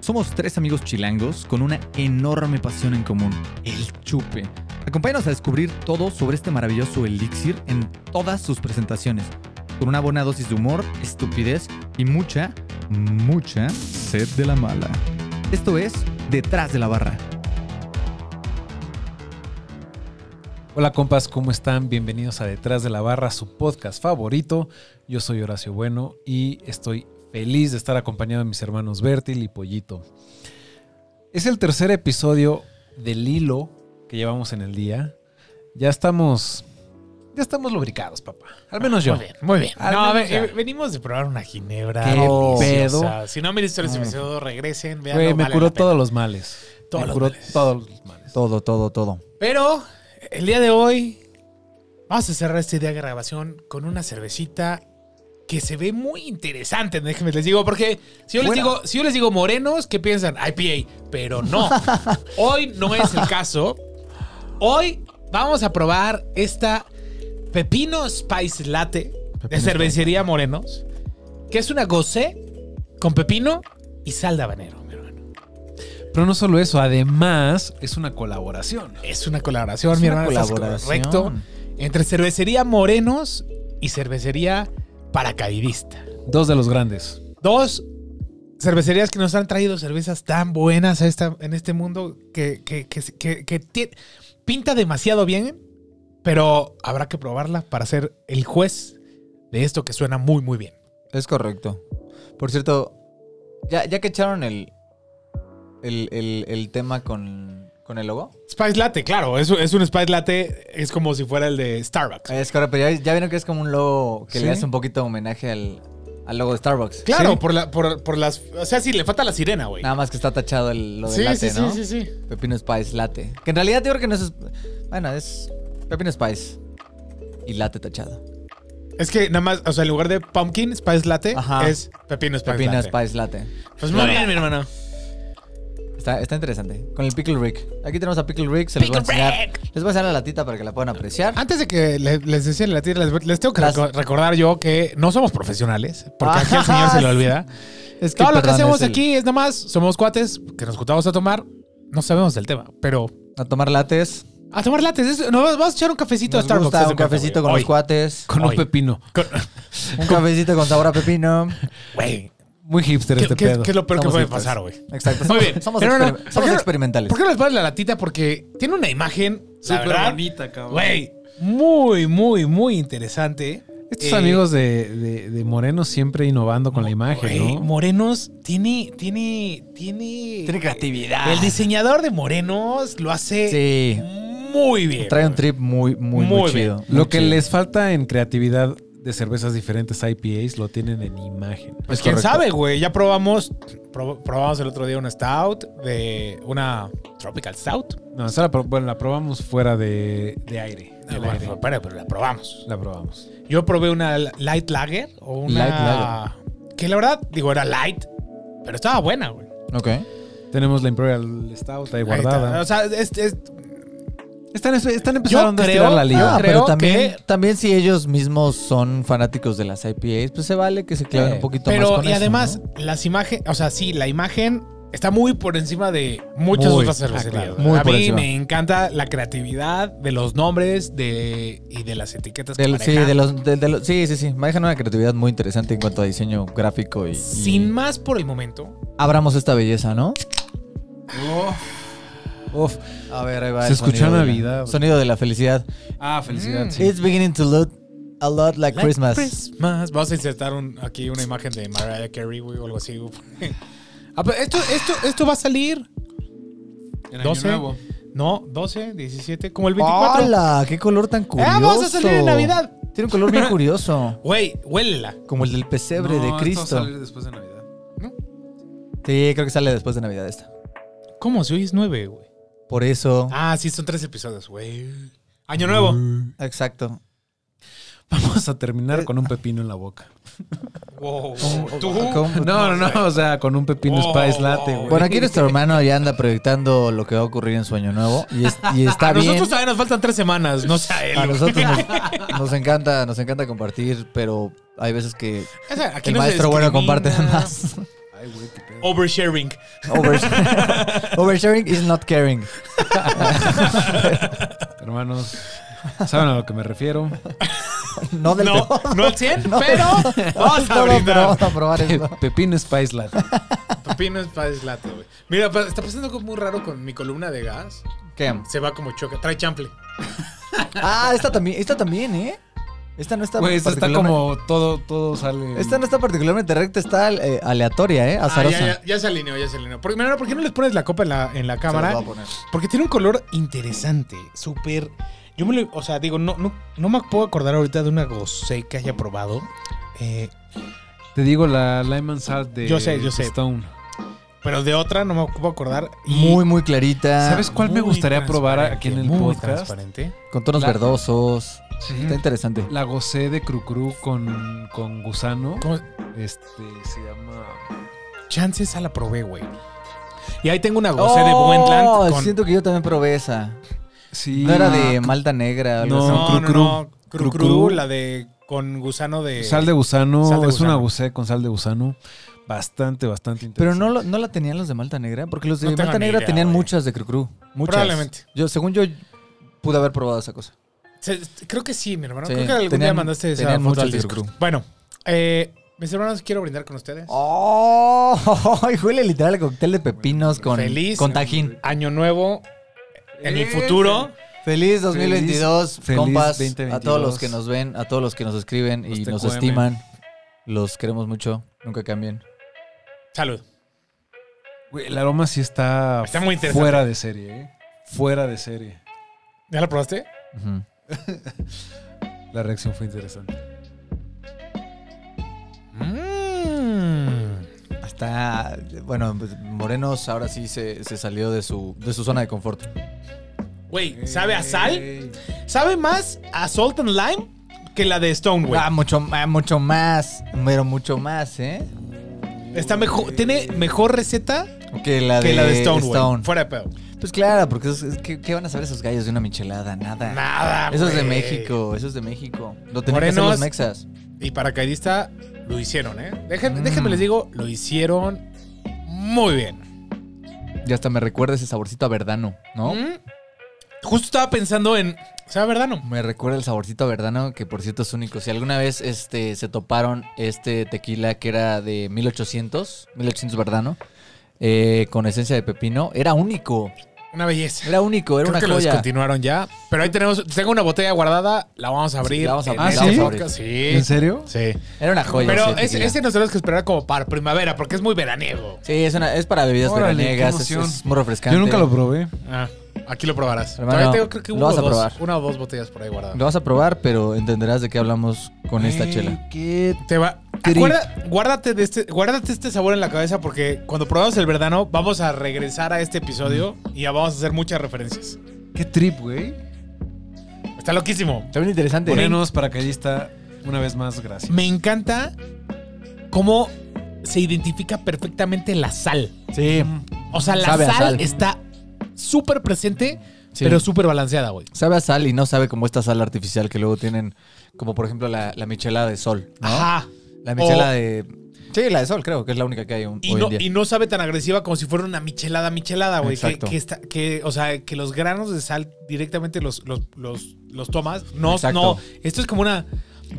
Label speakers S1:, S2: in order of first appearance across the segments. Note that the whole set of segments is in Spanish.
S1: Somos tres amigos chilangos con una enorme pasión en común, el chupe. Acompáñanos a descubrir todo sobre este maravilloso elixir en todas sus presentaciones, con una buena dosis de humor, estupidez y mucha, mucha sed de la mala. Esto es Detrás de la Barra.
S2: Hola compas, ¿cómo están? Bienvenidos a Detrás de la Barra, su podcast favorito. Yo soy Horacio Bueno y estoy feliz de estar acompañado de mis hermanos Bertil y Pollito. Es el tercer episodio del hilo que llevamos en el día. Ya estamos, ya estamos lubricados, papá. Al menos yo.
S3: Ah, Muy bien, muy bien.
S2: Al
S3: No,
S2: menos
S3: a ver,
S2: ya.
S3: eh, venimos de probar una ginebra.
S2: Qué
S3: deliciosa.
S2: pedo.
S3: Si no han visto el episodio, regresen, vean.
S2: Güey, me curó todos los males.
S3: Todos
S2: me
S3: los
S2: curó
S3: males.
S2: todos los males.
S1: Todo, todo, todo.
S3: Pero el día de hoy vamos a cerrar este día de grabación con una cervecita que se ve muy interesante, déjenme les digo, porque si yo les
S1: Bueno.
S3: digo, si yo les digo morenos, ¿qué piensan? IPA, pero no. Hoy no es el caso. Hoy vamos a probar esta Pepino Spice Latte de Cervecería Morenos, que es una gocé con pepino y sal de habanero, mi hermano.
S2: Pero no solo eso, además es una colaboración.
S3: Es una colaboración,
S1: Es
S3: mi
S1: una
S3: hermano. estás
S1: colaboración.
S3: Correcto. Entre cervecería Morenos y cervecería Paracaidista.
S2: Dos de los grandes.
S3: Dos cervecerías que nos han traído cervezas tan buenas a esta, en este mundo que, que- que- que- que tie- pinta demasiado bien, pero habrá que probarla para ser el juez de esto que suena muy, muy bien.
S4: Es correcto. Por cierto, ya, ya que echaron el, el, el- el tema con, con el logo.
S3: Spice Latte, claro, es, es un Spice Latte, es como si fuera el de Starbucks.
S4: Es correcto, pero ya, ya vieron que es como un logo que
S2: Sí.
S4: le hace un poquito de homenaje al, al logo de Starbucks.
S3: Claro,
S2: sí.
S3: por, la, por, por las... O sea, sí, le falta la sirena, güey.
S4: Nada más que está tachado el, lo de
S3: Sí,
S4: latte,
S3: sí, sí,
S4: ¿no?
S3: sí, sí.
S4: Pepino Spice latte. Que en realidad yo creo que no es. Bueno, es Pepino Spice y latte tachado.
S3: Es que nada más, o sea, en lugar de pumpkin spice latte,
S4: Ajá.
S3: es pepino spice
S4: Pepino
S3: latte.
S4: Spice latte.
S3: Pues muy bien, mi hermano.
S4: Está, está interesante. Con el Pickle Rick. Aquí tenemos a Pickle Rick. Se les voy a
S3: Pickle
S4: enseñar. Les voy a enseñar la latita para que la puedan apreciar.
S3: Antes de que le- les decía la tira, les, les tengo que
S4: Las-
S3: reco- recordar yo que no somos profesionales, porque aquí al señor se le olvida.
S4: Ah, Es
S3: Todo lo que
S4: perdón,
S3: hacemos
S4: es el-
S3: aquí es nada más, somos cuates que nos juntamos a tomar, no sabemos del tema, pero
S4: A tomar lates.
S3: a tomar lates, es- nos vamos a echar un cafecito
S4: Nos
S3: a Starbucks.
S4: gusta
S3: haz de
S4: un
S3: cuenta,
S4: cafecito con
S3: güey.
S4: los cuates.
S2: Con
S3: Hoy.
S2: un pepino.
S3: Con-
S4: Un cafecito con sabor a pepino.
S3: Güey,
S2: Muy hipster
S3: ¿qué,
S2: este
S3: qué-
S2: pedo.
S3: qué es lo peor que
S4: Somos
S3: puede
S4: hipsters.
S3: pasar, güey?
S4: Exacto.
S3: Muy
S4: somos-
S3: bien.
S4: Somos,
S3: Pero no,
S4: exper-
S3: ¿por
S4: somos
S3: qué no-
S4: experimentales.
S3: ¿Por qué no les pones la latita? Porque tiene una imagen, la verdad,
S2: bonita, cabrón.
S3: güey, muy, muy, muy interesante.
S2: Estos
S3: Eh,
S2: amigos de, de, de Moreno siempre innovando con la imagen,
S3: Güey,
S2: ¿no?
S3: Morenos tiene, tiene, tiene.
S4: Tiene creatividad.
S3: El diseñador de Morenos lo hace
S4: Sí.
S3: muy bien.
S4: Trae un trip muy, muy, muy,
S3: Muy bien.
S4: chido. muy
S2: Lo que
S4: chido.
S2: les falta en creatividad de cervezas diferentes IPAs lo tienen en imagen.
S3: Pues
S4: Es
S3: quién
S4: correcto.
S3: sabe, güey. Ya probamos, prob- probamos el otro día una stout de una tropical stout.
S2: No, esa la, pro- bueno, la probamos fuera de, de aire. del
S3: Bueno,
S2: aire.
S3: pero, pero la probamos.
S2: La probamos.
S3: Yo probé una light lager o una
S4: Light
S3: que la verdad digo era light, pero estaba buena, güey.
S4: Ok.
S2: Tenemos la Imperial Stout ahí guardada.
S3: Ahí está. O sea, es, es-
S2: están, están empezando a
S3: creo-
S2: estirar la
S3: yo
S2: liga.
S4: Ah,
S3: creo
S4: pero también,
S3: que-
S4: también si ellos mismos son fanáticos de las IPAs, pues se vale que se claven
S2: Sí.
S4: un poquito
S3: pero
S4: más con
S3: y
S4: eso,
S3: además
S4: ¿no?
S3: las imágenes, o sea, sí, la imagen está muy por encima de muchas
S2: Muy,
S3: otras
S2: ah, claro.
S3: cervecerías.
S4: Muy
S3: a
S4: por
S3: mí
S4: encima.
S3: me encanta la creatividad de los nombres de y de las etiquetas que
S4: Del- sí,
S3: manejan.
S4: de los, de- de los- sí, sí, sí. Manejan una creatividad muy interesante en cuanto a diseño gráfico y, y-
S3: Sin más por el momento.
S4: abramos esta belleza, ¿no?
S2: Uf.
S4: A ver, ahí va.
S2: Se
S4: el
S2: escuchó
S4: sonido de la-
S2: Navidad.
S4: sonido de la felicidad.
S2: Ah, felicidad,
S3: Mm.
S2: sí.
S4: It's beginning to look a lot like, Christmas.
S3: Christmas. Vamos a insertar un- aquí una imagen de Mariah Carey güey, o algo así. Ah, pero esto, esto, esto va a salir. 12. No, 12, 17, como el 24.
S4: ¡Hala! ¡Qué color tan curioso!
S3: Ah, vamos a salir en Navidad.
S4: Tiene un color bien curioso.
S3: Güey, huélela.
S4: Como el del pesebre de Cristo.
S2: después de Navidad.
S4: Sí, creo que sale después de Navidad esta.
S3: ¿Cómo? Si hoy es 9, güey.
S4: Por eso.
S3: Ah, sí, son tres episodios, güey. Año nuevo.
S4: Exacto.
S2: Vamos a terminar con un pepino en la boca.
S3: Wow. Uh,
S4: ¿Cómo?
S2: No, no, no, o sea, con un pepino
S3: Oh.
S2: Spice Latte, güey.
S4: Bueno, aquí nuestro hermano ya anda proyectando lo que va a ocurrir en su año nuevo. Y, es- y está
S3: a
S4: bien.
S3: nosotros todavía nos faltan tres semanas, no sé a él.
S4: A
S3: güey.
S4: nosotros nos, nos encanta, nos encanta compartir, pero hay veces que
S3: O sea, aquí
S4: el
S3: no se
S4: maestro bueno
S3: discrimina.
S4: comparte más.
S2: Ay, güey, qué pedo.
S3: oversharing.
S4: Overs- Oversharing is not caring.
S2: Hermanos, ¿saben a lo que me refiero?
S4: No del
S3: No,
S4: todo.
S3: no al 100,
S4: No.
S3: pero vamos a
S4: Todo, pero
S3: brindar.
S4: vamos a probar
S2: Pe-
S4: esto.
S2: Pepino Spice Latte.
S3: Pepino es para latte, güey. Mira, pa- está pasando algo muy raro con mi columna de gas.
S4: ¿Qué?
S3: Se va como choca. Trae chample.
S4: Ah, esta también, esta también, ¿eh? Esta no está
S2: Güey, esto está
S4: particularmente-
S2: como todo, todo sale.
S4: Esta no está particularmente recta, está eh, aleatoria, ¿eh?
S3: Ah,
S4: Azarosa.
S3: ya, ya, ya se alineó, ya se alineó. Porque, mira, ¿por qué no les pones la copa en la, en la
S4: Se las
S3: cámara?
S4: voy a poner.
S3: Porque tiene un color interesante, súper... Yo me lo... O sea, digo, no, no, no me puedo acordar ahorita de una gosé que haya probado. Eh,
S2: Te digo la Lyman Salt de
S3: Yo sé, yo sé.
S2: Stone.
S3: pero de otra no me puedo acordar. Y
S4: Muy, muy clarita.
S2: ¿Sabes cuál me
S3: muy
S2: gustaría probar aquí en el
S3: transparente, muy
S2: podcast?
S3: transparente.
S4: Con tonos
S2: La-
S4: verdosos.
S3: Mm.
S4: Está
S2: Sí.
S4: interesante.
S2: La gocé de Crucru con, con gusano.
S3: ¿Cómo?
S2: Este se llama.
S3: Chance esa la probé, güey. Y ahí tengo una gosé de Wendland con...
S4: Oh, Siento que yo también probé esa.
S2: Sí.
S4: No era de malta negra. algo
S2: No,
S4: así.
S3: No, no,
S2: Cru-Cru.
S3: no. Cru-Cru,
S2: Cru-Cru.
S3: la de... Con gusano de...
S2: Sal de gusano.
S3: Sal de
S2: Es una
S3: gusano.
S2: gocé con sal de gusano. Bastante, bastante
S4: Pero
S2: interesante.
S4: no, lo- no la tenían los de malta negra. Porque los de
S3: No tengo
S4: malta
S3: ni
S4: negra
S3: idea,
S4: tenían
S3: güey.
S4: muchas de Crucru. Muchas.
S3: Probablemente.
S4: Yo, según yo, pude haber probado esa cosa.
S3: Se- creo que sí, mi hermano.
S4: Sí,
S3: creo que algún día
S4: tenían-
S3: mandaste esa
S4: tenían
S3: foto al
S4: muchos
S3: Discord.
S4: Discord.
S3: Bueno, eh, mis hermanos, quiero brindar con ustedes.
S4: ¡Oh! Huele literal a cóctel de pepinos con,
S3: Feliz.
S4: con tajín.
S3: Año nuevo, en el
S4: eh.
S3: futuro.
S4: Feliz 2022,
S2: Feliz
S4: compas.
S2: 2022.
S4: A todos los que nos ven, a todos los que nos escriben
S2: Los
S4: y nos
S2: TQM.
S4: estiman. Los queremos mucho. Nunca cambien.
S3: Salud.
S2: Güey, El aroma sí está,
S3: Está muy interesante.
S2: fuera de serie, ¿eh? Fuera de serie.
S3: ¿Ya la probaste?
S4: Ujú.
S2: La reacción fue interesante.
S3: Mm.
S4: Hasta, bueno, pues, Morenos ahora sí se, se salió de su, de su zona de confort.
S3: Güey, ¿sabe a sal?
S2: Ey.
S3: ¿Sabe más a Salt and Lime que la de Stone, güey?
S4: Ah, mucho, ah, mucho más, pero mucho más, ¿eh?
S3: Está mejor, tiene mejor receta
S4: Que la de,
S3: que la de Stone, güey.
S4: Stone.
S3: Fuera de pedo.
S4: Pues claro, porque esos- es que- ¿qué van a saber esos gallos de una michelada? Nada.
S3: Nada,
S4: Eso es de
S3: güey.
S4: México, eso es de México. Lo tenían que hacer
S3: Morenos.
S4: los mexas.
S3: Y paracaidista lo hicieron, ¿eh? Dejen-
S4: Mm.
S3: Déjenme les digo, lo hicieron muy bien.
S4: Y hasta me recuerda ese saborcito a verdano, ¿no?
S3: Mm. Justo estaba pensando en. ¿Sabe a verdad, no?
S4: Me recuerda el saborcito a verdano, que por cierto es único. Si alguna vez este, se toparon este tequila que era de 1800, 1800 verdano, eh, con esencia de pepino, era único.
S3: Una belleza.
S4: Era único, era
S3: Creo que
S4: una
S3: lo
S4: joya.
S3: descontinuaron ya. Pero ahí tenemos. Tengo una botella guardada. La vamos a abrir.
S4: Sí, la vamos a
S3: en
S4: abrir,
S2: la
S3: este
S2: vamos a
S3: podcast.
S2: ¿En
S3: Sí.
S2: serio?
S3: Sí.
S4: Era una joya.
S3: Pero
S4: ese
S3: es-
S4: tequila.
S3: ese nos tenemos que esperar como para primavera, porque es muy veraniego.
S4: Sí, es, una- es para bebidas
S2: Órale,
S4: veraniegas,
S2: qué
S4: es,
S2: emoción.
S4: es muy refrescante.
S2: Yo nunca lo probé.
S3: Ah, aquí lo probarás.
S4: Hermano,
S3: Todavía tengo creo que
S4: lo
S3: una o,
S4: vas a
S3: dos,
S4: probar.
S3: una o dos botellas por ahí guardadas.
S4: Lo vas a probar, pero entenderás de qué hablamos con esta
S2: Ey,
S4: chela.
S2: qué
S3: Te va.
S2: Trip.
S3: Acuerda- guárdate, de este, guárdate este sabor en la cabeza porque cuando probamos el verdano vamos a regresar a este episodio y ya vamos a hacer muchas referencias.
S2: Qué trip, güey.
S3: Está loquísimo.
S4: Está bien interesante.
S2: Morenos, paracaidista, una vez más, gracias.
S3: Me encanta cómo se identifica perfectamente la sal.
S4: Sí,
S3: O sea, la
S4: Sabe a
S3: sal,
S4: sal.
S3: está súper presente,
S4: Sí.
S3: pero súper balanceada, güey.
S4: sabe a sal y no sabe como esta sal artificial que luego tienen, como por ejemplo la, la michelada de sol. ¿no?
S3: Ajá.
S4: La michelada
S3: O-
S4: de. Sí, la de sol, creo que es la única que hay un-
S3: Y
S4: hoy
S3: no,
S4: en día.
S3: y no sabe tan agresiva como si fuera una michelada, michelada, güey. Que,
S4: Exacto.
S3: que está- que, o sea, que los granos de sal directamente los, los, los, los tomas. No,
S4: Exacto.
S3: no. Esto es como una.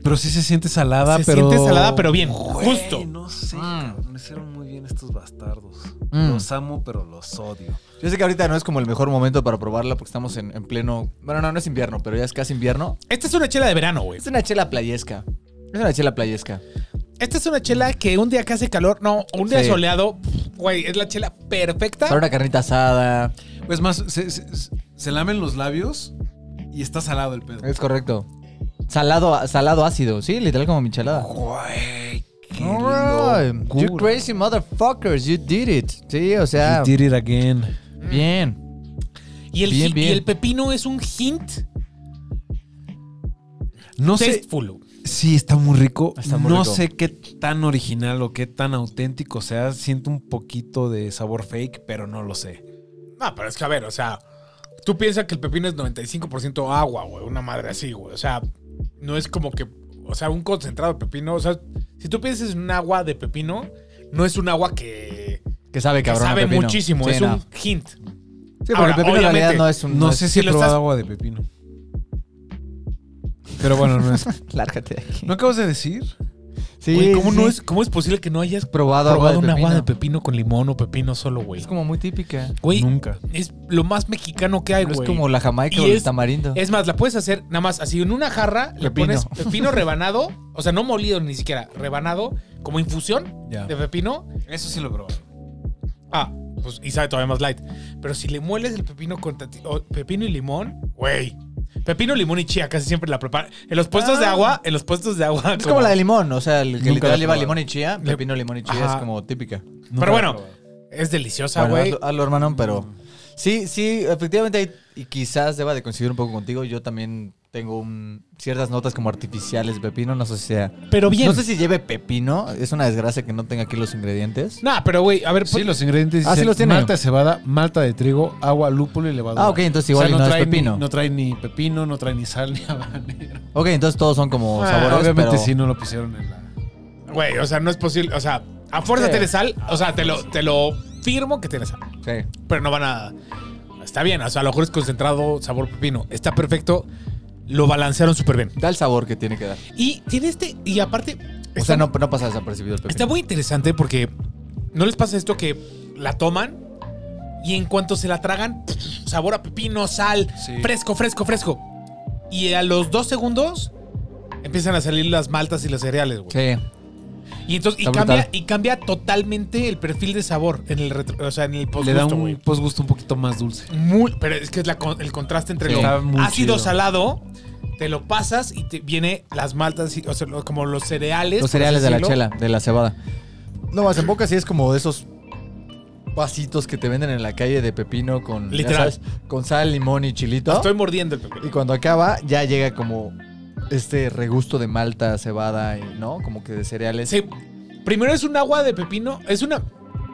S2: Pero sí se siente salada,
S3: Se
S2: pero.
S3: siente salada, pero bien,
S2: Güey,
S3: justo.
S2: No sé,
S4: Mm.
S2: cabrón, hicieron muy bien estos bastardos.
S4: Mm.
S2: Los amo, pero los odio.
S4: Yo sé que ahorita no es como el mejor momento para probarla porque estamos en, en pleno. Bueno, no, no es invierno, pero ya es casi invierno.
S3: Esta es una chela de verano, güey.
S4: Es una chela playesca. Es una chela playesca.
S3: Esta es una chela que un día que hace calor, no, un día
S4: Sí.
S3: soleado, pff, güey, es la chela perfecta.
S4: Para una carnita asada.
S2: Pues más, se, se- se lamen los labios y está salado el pedo.
S4: Es correcto. Salado, salado ácido, sí, literal como michelada.
S2: Güey, qué
S4: Alright. You
S2: locura.
S4: crazy motherfuckers, you did it. Sí, o sea,
S2: You did it again.
S4: bien.
S3: y, el,
S4: bien,
S3: hi-
S4: bien.
S3: y el pepino es un hint
S2: No sé,
S3: tasteful.
S2: sí, está muy rico.
S4: Está muy
S2: no
S4: rico.
S2: sé qué tan original o qué tan auténtico sea. Siento un poquito de sabor fake, pero no lo sé.
S3: No, pero es que a ver, o sea, tú piensas que el pepino es 95% agua, güey, una madre así, güey. O sea, no es como que, o sea, un concentrado de pepino, o sea, si tú piensas en un agua de pepino, no es un agua que
S4: Que sabe
S3: que
S4: cabrón. a
S3: sabe
S4: pepino.
S3: muchísimo.
S4: Sí,
S3: es
S4: no.
S3: un hint.
S4: Sí, porque
S3: Ahora,
S4: el pepino en realidad
S3: obviamente,
S4: no es un.
S2: No sé si he
S3: lo
S2: probado
S3: estás-
S2: agua de pepino. Pero bueno, no es.
S1: Lárgate de aquí.
S2: ¿No acabas de decir?
S1: Sí,
S3: Güey, ¿cómo,
S1: sí,
S3: no
S1: sí.
S3: es, ¿Cómo es posible que no hayas
S4: probado,
S3: probado
S4: agua de
S3: una
S4: pepino?
S3: agua de pepino con limón o pepino solo, güey?
S4: Es como muy típica.
S3: Güey,
S2: Nunca.
S3: es lo más mexicano que hay,
S4: No
S3: güey.
S4: es como la jamaica
S3: Y
S4: o el
S3: es-
S4: tamarindo.
S3: Es más, la puedes hacer nada más así en una jarra, le
S4: Pepino.
S3: pones pepino rebanado, o sea, no molido ni siquiera, rebanado, como infusión
S2: Ya.
S3: de pepino.
S2: Eso sí lo probé.
S3: Ah, pues y sabe todavía más light. Pero si le mueles el pepino con tati- o pepino y limón, güey. Pepino, limón y chía casi siempre la preparan. En los puestos de
S4: Ah.
S3: agua, en los puestos de agua.
S4: Es como la de limón, o sea, el
S2: Nunca la
S4: que
S2: he
S4: literal lleva
S2: probado.
S4: limón y chía, pepino, limón y chía
S3: Ajá.
S4: es como típica.
S3: Pero bueno, es deliciosa,
S4: Bueno,
S3: güey.
S4: hazlo, hazlo, hermano, pero sí, sí, efectivamente, hay- y quizás deba de coincidir un poco contigo. Yo también tengo un- ciertas notas como artificiales de pepino, no sé si sea.
S3: Pero bien.
S4: No sé si lleve pepino, es una desgracia que no tenga aquí los ingredientes.
S3: Nah, pero güey, a ver,
S2: Sí,
S3: pon-
S2: los ingredientes
S4: Ah, sí
S2: dicen
S4: los tiene.
S2: malta de cebada, malta de trigo, agua, lúpulo y levadura.
S4: Ah, ok, entonces igual y no es
S2: trae
S4: pepino.
S2: Ni, no trae ni pepino, no trae ni sal ni habanero.
S4: Ok, entonces todos son como
S3: Ah,
S4: sabores,
S2: Obviamente
S4: pero...
S2: sí no lo pusieron en la...
S3: güey, o sea, no es posible. O sea, a fuerza
S4: Sí. Ah,
S3: tiene sal. O sea, te lo, te lo firmo que tiene sal.
S4: Sí.
S3: Pero no van a. Está bien, o sea, a lo mejor es concentrado sabor pepino. Está perfecto. Lo balancearon súper bien.
S4: Da el sabor que tiene que dar.
S3: Y tiene este. Y aparte.
S4: O
S3: está-
S4: sea, no, no pasa desapercibido el pepino.
S3: Está muy interesante porque no les pasa esto que la toman y en cuanto se la tragan, sabor a pepino, sal,
S2: Sí.
S3: fresco, fresco, fresco. Y a los dos segundos empiezan a salir las maltas y los cereales, güey.
S4: Sí.
S3: Y entonces y
S4: Está
S3: cambia,
S4: brutal.
S3: y cambia totalmente el perfil de sabor en el retro, o sea, en
S2: Le
S3: el
S2: da
S3: postgusto,
S2: un
S3: güey.
S2: posgusto un poquito más dulce.
S3: Muy- pero es que es la con- el contraste entre
S4: Sí.
S3: lo
S2: Está muy
S3: ácido
S2: chido.
S3: salado, te lo pasas y te viene las maltas, y- o sea, lo- como los cereales. por
S4: Los cereales
S3: así
S4: de la
S3: decirlo.
S4: chela, de la cebada. No, más en boca sí es como de esos pasitos que te venden en la calle de pepino con, ya
S3: Literal.
S4: sabes, con sal, limón y chilito.
S3: Estoy mordiendo el pepino.
S4: Y cuando acaba ya llega como este regusto de malta, cebada, y, ¿no? Como que de cereales.
S3: Sí. Primero es un agua de pepino. Es una.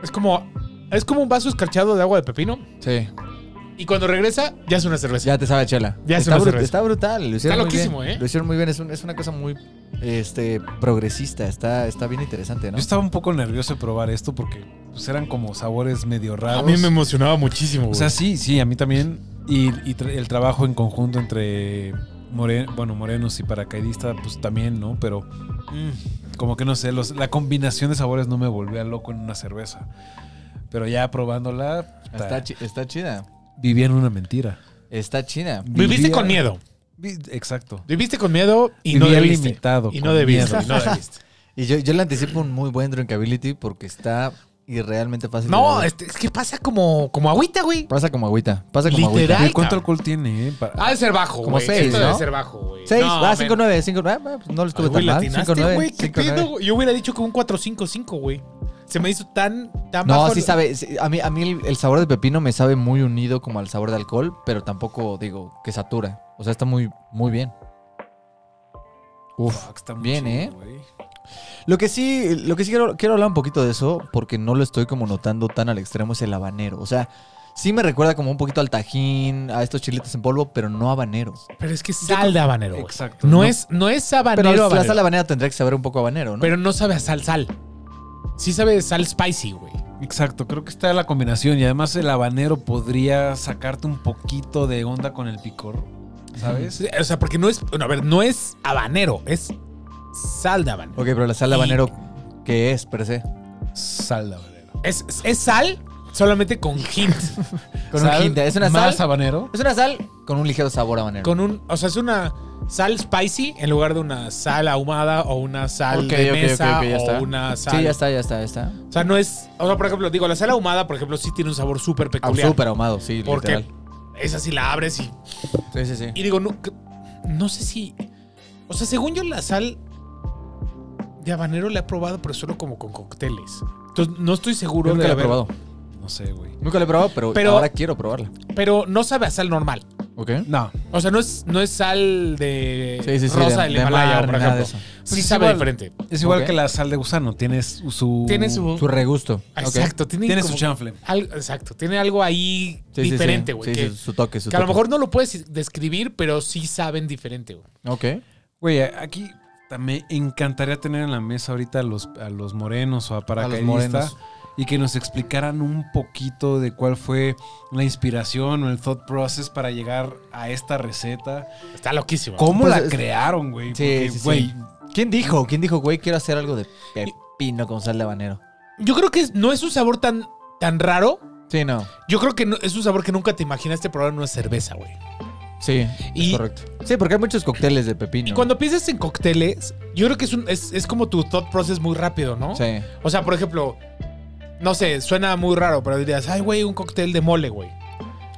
S3: Es como. Es como un vaso escarchado de agua de pepino.
S4: Sí.
S3: Y cuando regresa, ya es una cerveza.
S4: Ya te sabe a chela.
S3: Ya es
S4: está,
S3: una
S4: bru-
S3: cerveza.
S4: está brutal. Lo hicieron muy
S3: loquísimo,
S4: bien.
S3: ¿eh?
S4: Lo hicieron muy bien. Es, un- es una cosa muy este, progresista. Está, está bien interesante, ¿no?
S2: Yo estaba un poco nervioso de probar esto porque pues, eran como sabores medio raros.
S3: emocionaba muchísimo,
S2: O sea, sí, sí, a mí también. Y, y tra- el trabajo en conjunto entre more- bueno, morenos y paracaidistas, pues también, ¿no? Pero mm, como que no sé, los- la combinación de sabores no me volvía loco en una cerveza. Pero ya probándola,
S4: Ah, Está, chi- está chida.
S2: vivía en una mentira.
S4: Está chida.
S3: Viviste
S2: Vivía-
S3: con miedo.
S2: vi- Exacto.
S3: Viviste con miedo y
S2: Vivía
S3: no debiste.
S2: limitado,
S3: y
S2: con
S3: no debiste.
S2: miedo.
S3: y no debiste.
S4: Y yo, yo le anticipo un muy buen drinkability porque está irrealmente fácil. de
S3: no,
S4: beber.
S3: este, es que pasa como, como agüita, güey.
S4: Pasa como agüita. Pasa como
S3: Literal.
S4: agüita.
S2: Oye, ¿Cuánto
S3: cabrón.
S2: alcohol tiene? eh? Para-
S4: Ah,
S3: Ha de ser bajo,
S4: Como
S3: güey.
S4: seis,
S3: Esto
S4: ¿no?
S3: debe ser bajo, güey.
S4: 6,
S3: No,
S4: ah,
S3: men.
S4: 5, 9, 5, 9. no lo estuve
S3: Ay, güey,
S4: tan
S3: la
S4: mal.
S3: atinaste,
S4: 5, 9,
S3: güey. ¿Qué pedo? güey? Yo hubiera dicho que un 4-5-5, güey. Se me hizo tan, tan bajo.
S4: No, sí
S3: el-
S4: sabe. sí, a mí, a mí el, el sabor de pepino me sabe muy unido como al sabor de alcohol, pero tampoco digo que satura. O sea, está muy, muy bien. Uf.
S2: Fuck, está muy
S4: bien,
S2: chido,
S4: ¿eh?
S2: güey.
S4: Lo que sí, lo que sí quiero, quiero hablar un poquito de eso, porque no lo estoy como notando tan al extremo, es el habanero. O sea, sí me recuerda como un poquito al tajín, a estos chilitos en polvo, pero no habaneros.
S3: Pero es que es sal de habanero, güey.
S2: Exacto.
S3: No,
S2: No.
S3: es, no es
S4: Pero
S3: habanero,
S4: la
S3: habanero.
S4: sal habanera tendría que saber un poco a habanero, ¿no?
S3: Pero no sabe a sal, sal. Sí sabe a sal spicy, güey.
S2: Exacto, creo que está la combinación y además el habanero podría sacarte un poquito de onda con el picor, ¿sabes?
S3: Sí, O sea, porque no es. Bueno, a ver, no es habanero, es sal de habanero.
S4: ok, pero la sal
S3: Y-
S4: habanero, ¿qué es, per se?
S2: Sal de habanero.
S3: Es, es sal solamente con hint.
S4: Con
S2: Sal
S4: un hint, es una sal.
S2: más habanero.
S4: Es una sal con un ligero sabor a habanero.
S3: con un. O sea, es una sal spicy en lugar de una sal ahumada o una sal
S4: Ok,
S3: de
S4: ok, ok,
S3: mesa
S4: ok, ya está.
S3: o una sal.
S4: Sí, ya está, ya está, ya está.
S3: O sea, no es. O sea, por ejemplo, digo, la sal ahumada, por ejemplo, sí tiene un sabor súper
S4: Ah,
S3: peculiar.
S4: Súper ahumado, sí,
S3: porque
S4: literal.
S3: esa sí la abres y
S4: Sí, sí, sí.
S3: Y digo, no, que- no sé si. O sea, según yo, la sal de habanero la he probado, pero solo como con cócteles. Entonces, no estoy seguro
S4: Nunca
S3: de
S4: la he
S3: haber-
S4: probado.
S2: No sé, güey.
S4: Nunca la he probado, pero,
S3: Pero-
S4: ahora quiero probarla.
S3: Pero no sabe a sal normal.
S4: ¿Ok?
S2: No.
S3: O sea, no es, no es sal de
S4: Sí, sí, sí.
S3: rosa del
S4: de
S3: Himalaya,
S4: mar,
S3: por
S4: ni nada de
S3: ejemplo.
S4: eso.
S3: Sí,
S2: Es
S3: sabe
S2: igual-
S3: diferente.
S2: Es igual
S4: Ok.
S2: que la sal de gusano, tiene su... su-
S3: Tiene su.
S4: Su regusto. ok.
S3: exacto, tiene,
S2: Tiene
S3: como-
S2: su chanfle.
S3: algo- exacto, tiene algo ahí
S4: Sí, sí, sí.
S3: diferente, güey.
S4: Sí,
S3: que,
S4: sí, su toque, su
S3: que a lo
S4: toque.
S3: mejor no lo puedes describir, pero sí saben diferente, güey.
S4: Ok.
S2: Güey, aquí ta- me encantaría tener en la mesa ahorita a los, a los morenos o a paracaidistas
S4: morenos.
S2: y que nos explicaran un poquito de cuál fue la inspiración o el thought process para llegar a esta receta.
S3: Está loquísimo.
S2: ¿Cómo
S4: Pues,
S2: la
S4: es-
S2: crearon, güey?
S4: Sí,
S2: Porque,
S4: sí, sí.
S2: güey,
S4: ¿Quién dijo? ¿Quién dijo, güey, quiero hacer algo de pepino con sal de habanero?
S3: Yo creo que es- no es un sabor tan, tan raro.
S4: Sí, no.
S3: Yo creo que no- es un sabor que nunca te este imaginaste probar en una cerveza, güey.
S4: Sí,
S3: Y-
S4: correcto. Sí, porque hay muchos cócteles de pepino.
S3: Y cuando piensas en cócteles, yo creo que es, un- es, es como tu thought process muy rápido, ¿no?
S4: Sí.
S3: O sea, por ejemplo, no sé, suena muy raro, pero dirías, ay, güey, un cóctel de mole, güey.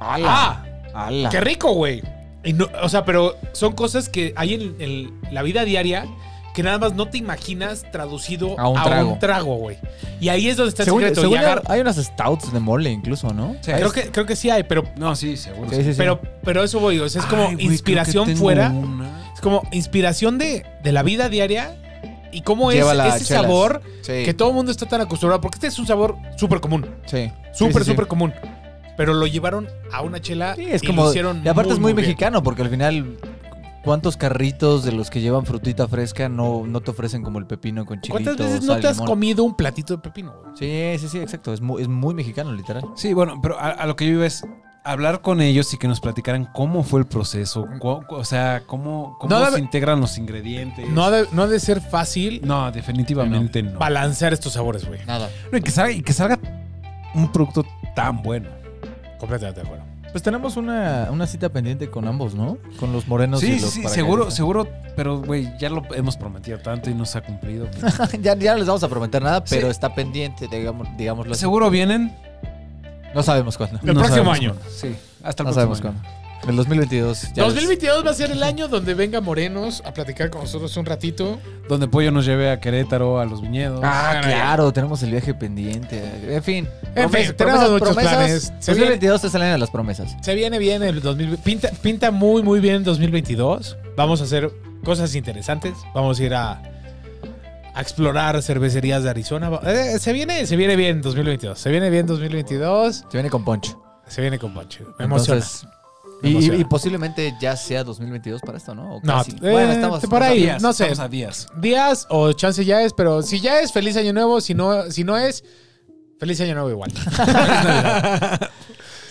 S3: ¡Ah!
S4: ¡Hala!
S3: ¡Qué rico, güey! Y no- o sea, pero son cosas que hay en, en la vida diaria que nada más no te imaginas traducido
S4: A un trago.
S3: güey. Y ahí es donde está el
S4: Según-
S3: secreto.
S4: según
S3: y agar-
S4: hay unas stouts de mole incluso, ¿no?
S3: creo, que, creo que sí hay, pero,
S2: No, sí, seguro.
S4: Sí, sí, sí.
S3: pero, pero eso voy. O sea, es como
S2: Ay, güey, creo que
S3: inspiración
S2: tengo
S3: fuera.
S2: una.
S3: Es como inspiración de, de la vida diaria y cómo es
S4: Llévala a
S3: ese
S4: chelas.
S3: sabor
S4: Sí.
S3: que todo el mundo está tan acostumbrado. Porque este es un sabor súper común.
S4: Sí.
S3: Súper,
S4: Sí, sí,
S3: súper común. Pero lo llevaron a una chela
S4: Sí, es
S3: y
S4: como.
S3: lo hicieron.
S4: y aparte es muy,
S3: bien.
S4: mexicano, porque al final, ¿cuántos carritos de los que llevan frutita fresca no, no te ofrecen como el pepino con chilito?
S3: ¿Cuántas veces
S4: sal,
S3: no te has
S4: limón?
S3: comido un platito de pepino, güey?
S4: Sí, sí, sí, exacto. Es muy, es muy mexicano, literal.
S2: Sí, bueno, pero a, a lo que yo iba es hablar con ellos y que nos platicaran cómo fue el proceso, cu- cu- o sea, cómo, cómo
S3: No
S2: se
S3: debe-
S2: integran los ingredientes.
S3: No ha de, no ha de ser fácil
S2: No, definitivamente no.
S3: balancear estos sabores, güey.
S4: Nada.
S2: No, y, que salga, y que salga un producto tan bueno.
S3: Completamente de acuerdo.
S4: Pues tenemos una, una cita pendiente con ambos, ¿no? Con los morenos y
S2: sí,
S4: los
S2: sí, sí,
S4: paracaidistas.
S2: seguro, seguro, pero güey, ya lo hemos prometido tanto y no se ha cumplido.
S4: ya, ya no les vamos a prometer nada,
S2: Sí.
S4: pero está pendiente, digamos, digámoslo así.
S2: seguro vienen.
S4: No sabemos cuándo.
S3: El
S2: No
S3: próximo
S2: sabemos
S3: año.
S2: cuándo. Sí, hasta el próximo
S4: No sabemos
S2: año.
S4: cuándo. El 2022. ya
S3: 2022 va a ser el año donde venga Morenos a platicar con nosotros un ratito.
S2: Donde Pollo nos lleve a Querétaro, a los viñedos.
S4: ves. Ah,
S3: Ah,
S4: claro, tenemos el viaje pendiente. En fin.
S3: En fin, tenemos
S4: promesas, promesas,
S3: muchos
S4: promesas.
S3: planes. Se
S4: 2022 es el año de las promesas.
S3: Se viene bien el 2020. Pinta, pinta muy, muy bien el 2022. Vamos a hacer cosas interesantes. Vamos a ir a, a explorar cervecerías de Arizona. Va- eh, se viene, se viene bien 2022. Se viene bien 2022.
S4: Se viene con Poncho.
S3: Se viene con Poncho. Me emociona.
S4: Entonces, y,
S3: Me emociona.
S4: y posiblemente ya sea 2022 para esto, ¿no? O
S3: No,
S4: casi.
S3: eh,
S4: bueno, estamos
S3: por ahí.
S2: Días,
S3: no sé.
S2: estamos a días.
S3: días o chance ya es, pero si ya es, feliz año nuevo. Si no, si no es, feliz año nuevo igual.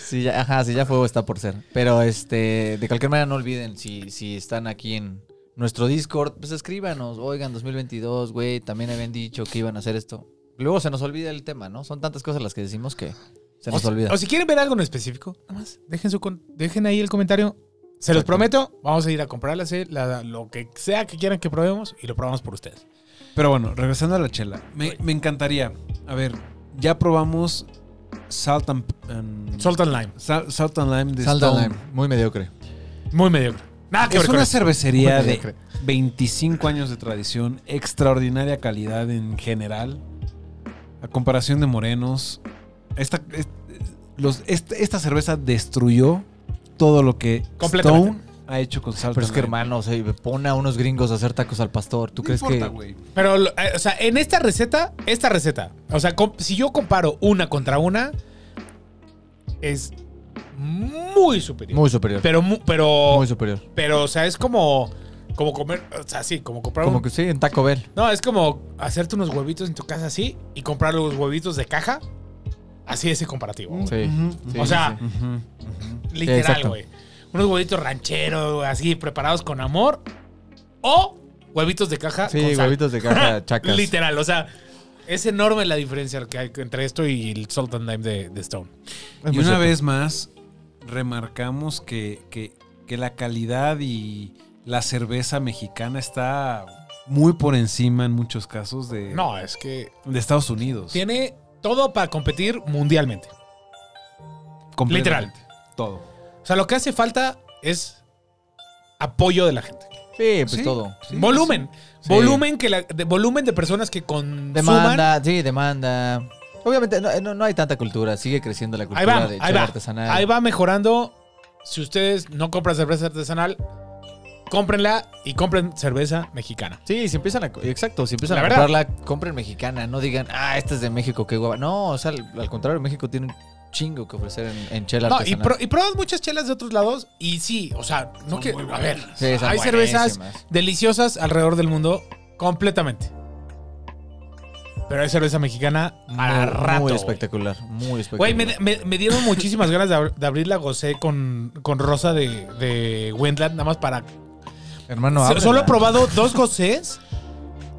S4: Sí, ya, ajá, sí, ya fue o está por ser. Pero este, de cualquier manera no olviden, si, si están aquí en nuestro Discord, pues escríbanos. Oigan, 2022, güey, también habían dicho que iban a hacer esto. Luego se nos olvida el tema, ¿no? Son tantas cosas las que decimos que se
S3: o,
S4: nos
S3: si-
S4: olvida.
S3: o si quieren ver algo en específico, nada más, dejen, su con- dejen ahí el comentario. Se los
S4: Exacto.
S3: prometo, vamos a ir a comprarlas, eh, la- lo que sea que quieran que probemos y lo probamos por ustedes.
S2: Pero bueno, regresando a la chela, me, me encantaría. A ver, ya probamos Salt and, and-
S3: Salt and Lime,
S2: Sal- Salt and Lime de
S4: Salda
S2: Stone. Ah,
S4: Lime, muy mediocre.
S3: muy mediocre. Nada que ver
S2: Es
S3: con
S2: una
S3: eso.
S2: cervecería
S4: Muy
S2: de
S4: mediocre.
S2: 25 años de tradición, extraordinaria calidad en general. A comparación de Morenos, esta, es- los- est- esta cerveza destruyó todo lo que
S3: Completamente.
S2: Stone ha hecho con Salt
S4: Pero es
S2: and
S4: que
S2: Lime.
S4: hermano, o sea, pone a unos gringos a hacer tacos al pastor. ¿Tú
S2: No
S4: crees
S2: importa,
S4: que
S2: güey.
S3: Pero, lo- eh, o sea, en esta receta, esta receta, o sea, com- si yo comparo una contra una, es muy superior.
S4: muy superior?
S3: pero, mu- pero,
S4: muy superior.
S3: pero, o sea, es como, como comer, o sea, sí, como comprar un
S4: Como que sí, en Taco Bell.
S3: No, es como hacerte unos huevitos en tu casa así y comprar los huevitos de caja. Así ese comparativo. güey.
S4: Sí.
S2: Ujú,
S4: Sí,
S3: o sea,
S4: sí,
S2: ujú, ujú.
S3: literal,
S4: exacto.
S3: güey. Unos huevitos rancheros, güey, así preparados con amor. O huevitos de caja.
S4: sí.
S3: con
S4: Sí,
S3: sal.
S4: huevitos de caja, chacas.
S3: Literal, o sea, es enorme la diferencia que hay entre esto y el Salt and Lime de, de Stone.
S4: Es
S2: Y
S4: muy
S2: una
S4: cierto.
S2: vez más remarcamos que, que- que la calidad y la cerveza mexicana está muy por encima en muchos casos de,
S3: No, es que
S2: de Estados Unidos.
S3: tiene todo para competir mundialmente.
S2: Completamente. Todo.
S3: O sea, lo que hace falta es apoyo de la gente.
S4: Sí, pues
S2: Sí.
S4: todo.
S3: volumen.
S4: Sí.
S3: Volumen que la- de, volumen de personas que consuman.
S4: Demanda, sí, demanda. Obviamente no, no- no hay tanta cultura, sigue creciendo la cultura
S3: Ahí va,
S4: de
S3: ahí
S4: chela
S3: va.
S4: artesanal.
S3: Ahí va mejorando. Si ustedes no compran cerveza artesanal, cómprenla y compren cerveza mexicana.
S4: Sí, si empiezan a, co- exacto, si empiezan
S3: La
S4: a
S3: verdad.
S4: comprarla, compren mexicana, no digan, ah, esta es de México, qué guapa. No, o sea, al, al contrario, México tiene un chingo que ofrecer en, en chela
S3: No, y,
S4: artesanal.
S3: pro- y pruebas muchas chelas de otros lados y sí, o sea, no que, a ver,
S4: Sí, están
S3: hay cervezas
S4: buenísimas.
S3: deliciosas alrededor del mundo completamente. Pero hay cerveza mexicana a
S4: Muy-
S3: rato.
S4: Muy
S3: güey.
S4: espectacular, muy espectacular.
S3: Güey, me, me- me dieron muchísimas ganas de, ab- de abrir la gocé con, con Rosa de, de Wendland, nada más para...
S2: Hermano,
S3: So-
S2: ábrela.
S3: Solo he probado dos gocés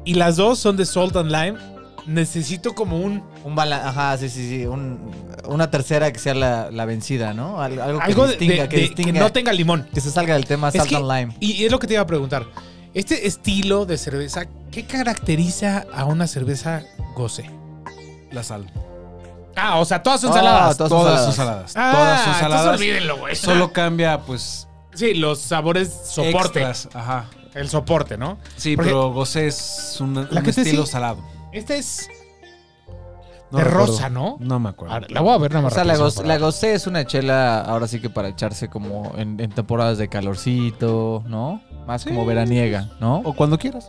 S3: y las dos son de Salt and Lime. Necesito como un...
S4: Un bala, ajá, sí, sí, sí. un- una tercera que sea la, la vencida, ¿no? Al- Algo que
S3: Algo de-
S4: distinga,
S3: de-
S4: que
S3: de-
S4: distinga.
S3: que no tenga limón.
S4: que se salga del tema
S3: Es
S4: Salt
S3: que-
S4: and Lime.
S3: Y y es lo que te iba a preguntar. Este estilo de cerveza, ¿qué caracteriza a una cerveza goce?
S2: La sal.
S3: Ah, o sea, todas son
S4: Oh,
S3: saladas.
S4: todas son
S2: Todas
S4: saladas.
S2: son saladas.
S3: Ah,
S2: Todas son
S3: entonces
S2: saladas.
S3: olvídenlo, güey.
S2: Solo cambia, pues.
S3: Sí, los sabores soporte.
S2: extras, Ajá.
S3: El soporte, ¿no?
S2: Sí,
S3: Porque-
S2: pero Gosé es un, un
S3: gente sí-
S2: estilo salado.
S3: Este es
S2: No
S3: de
S2: recuerdo.
S3: rosa, ¿no?
S2: No me acuerdo.
S3: A ver, la voy a ver nada
S4: O
S3: más.
S4: sea, la,
S3: rápido,
S4: goz-
S3: solo
S4: la
S3: para-
S4: gocé es una chela ahora sí que para echarse como en, en temporadas de calorcito, ¿no? Más como veraniega, ¿no?
S2: O cuando quieras.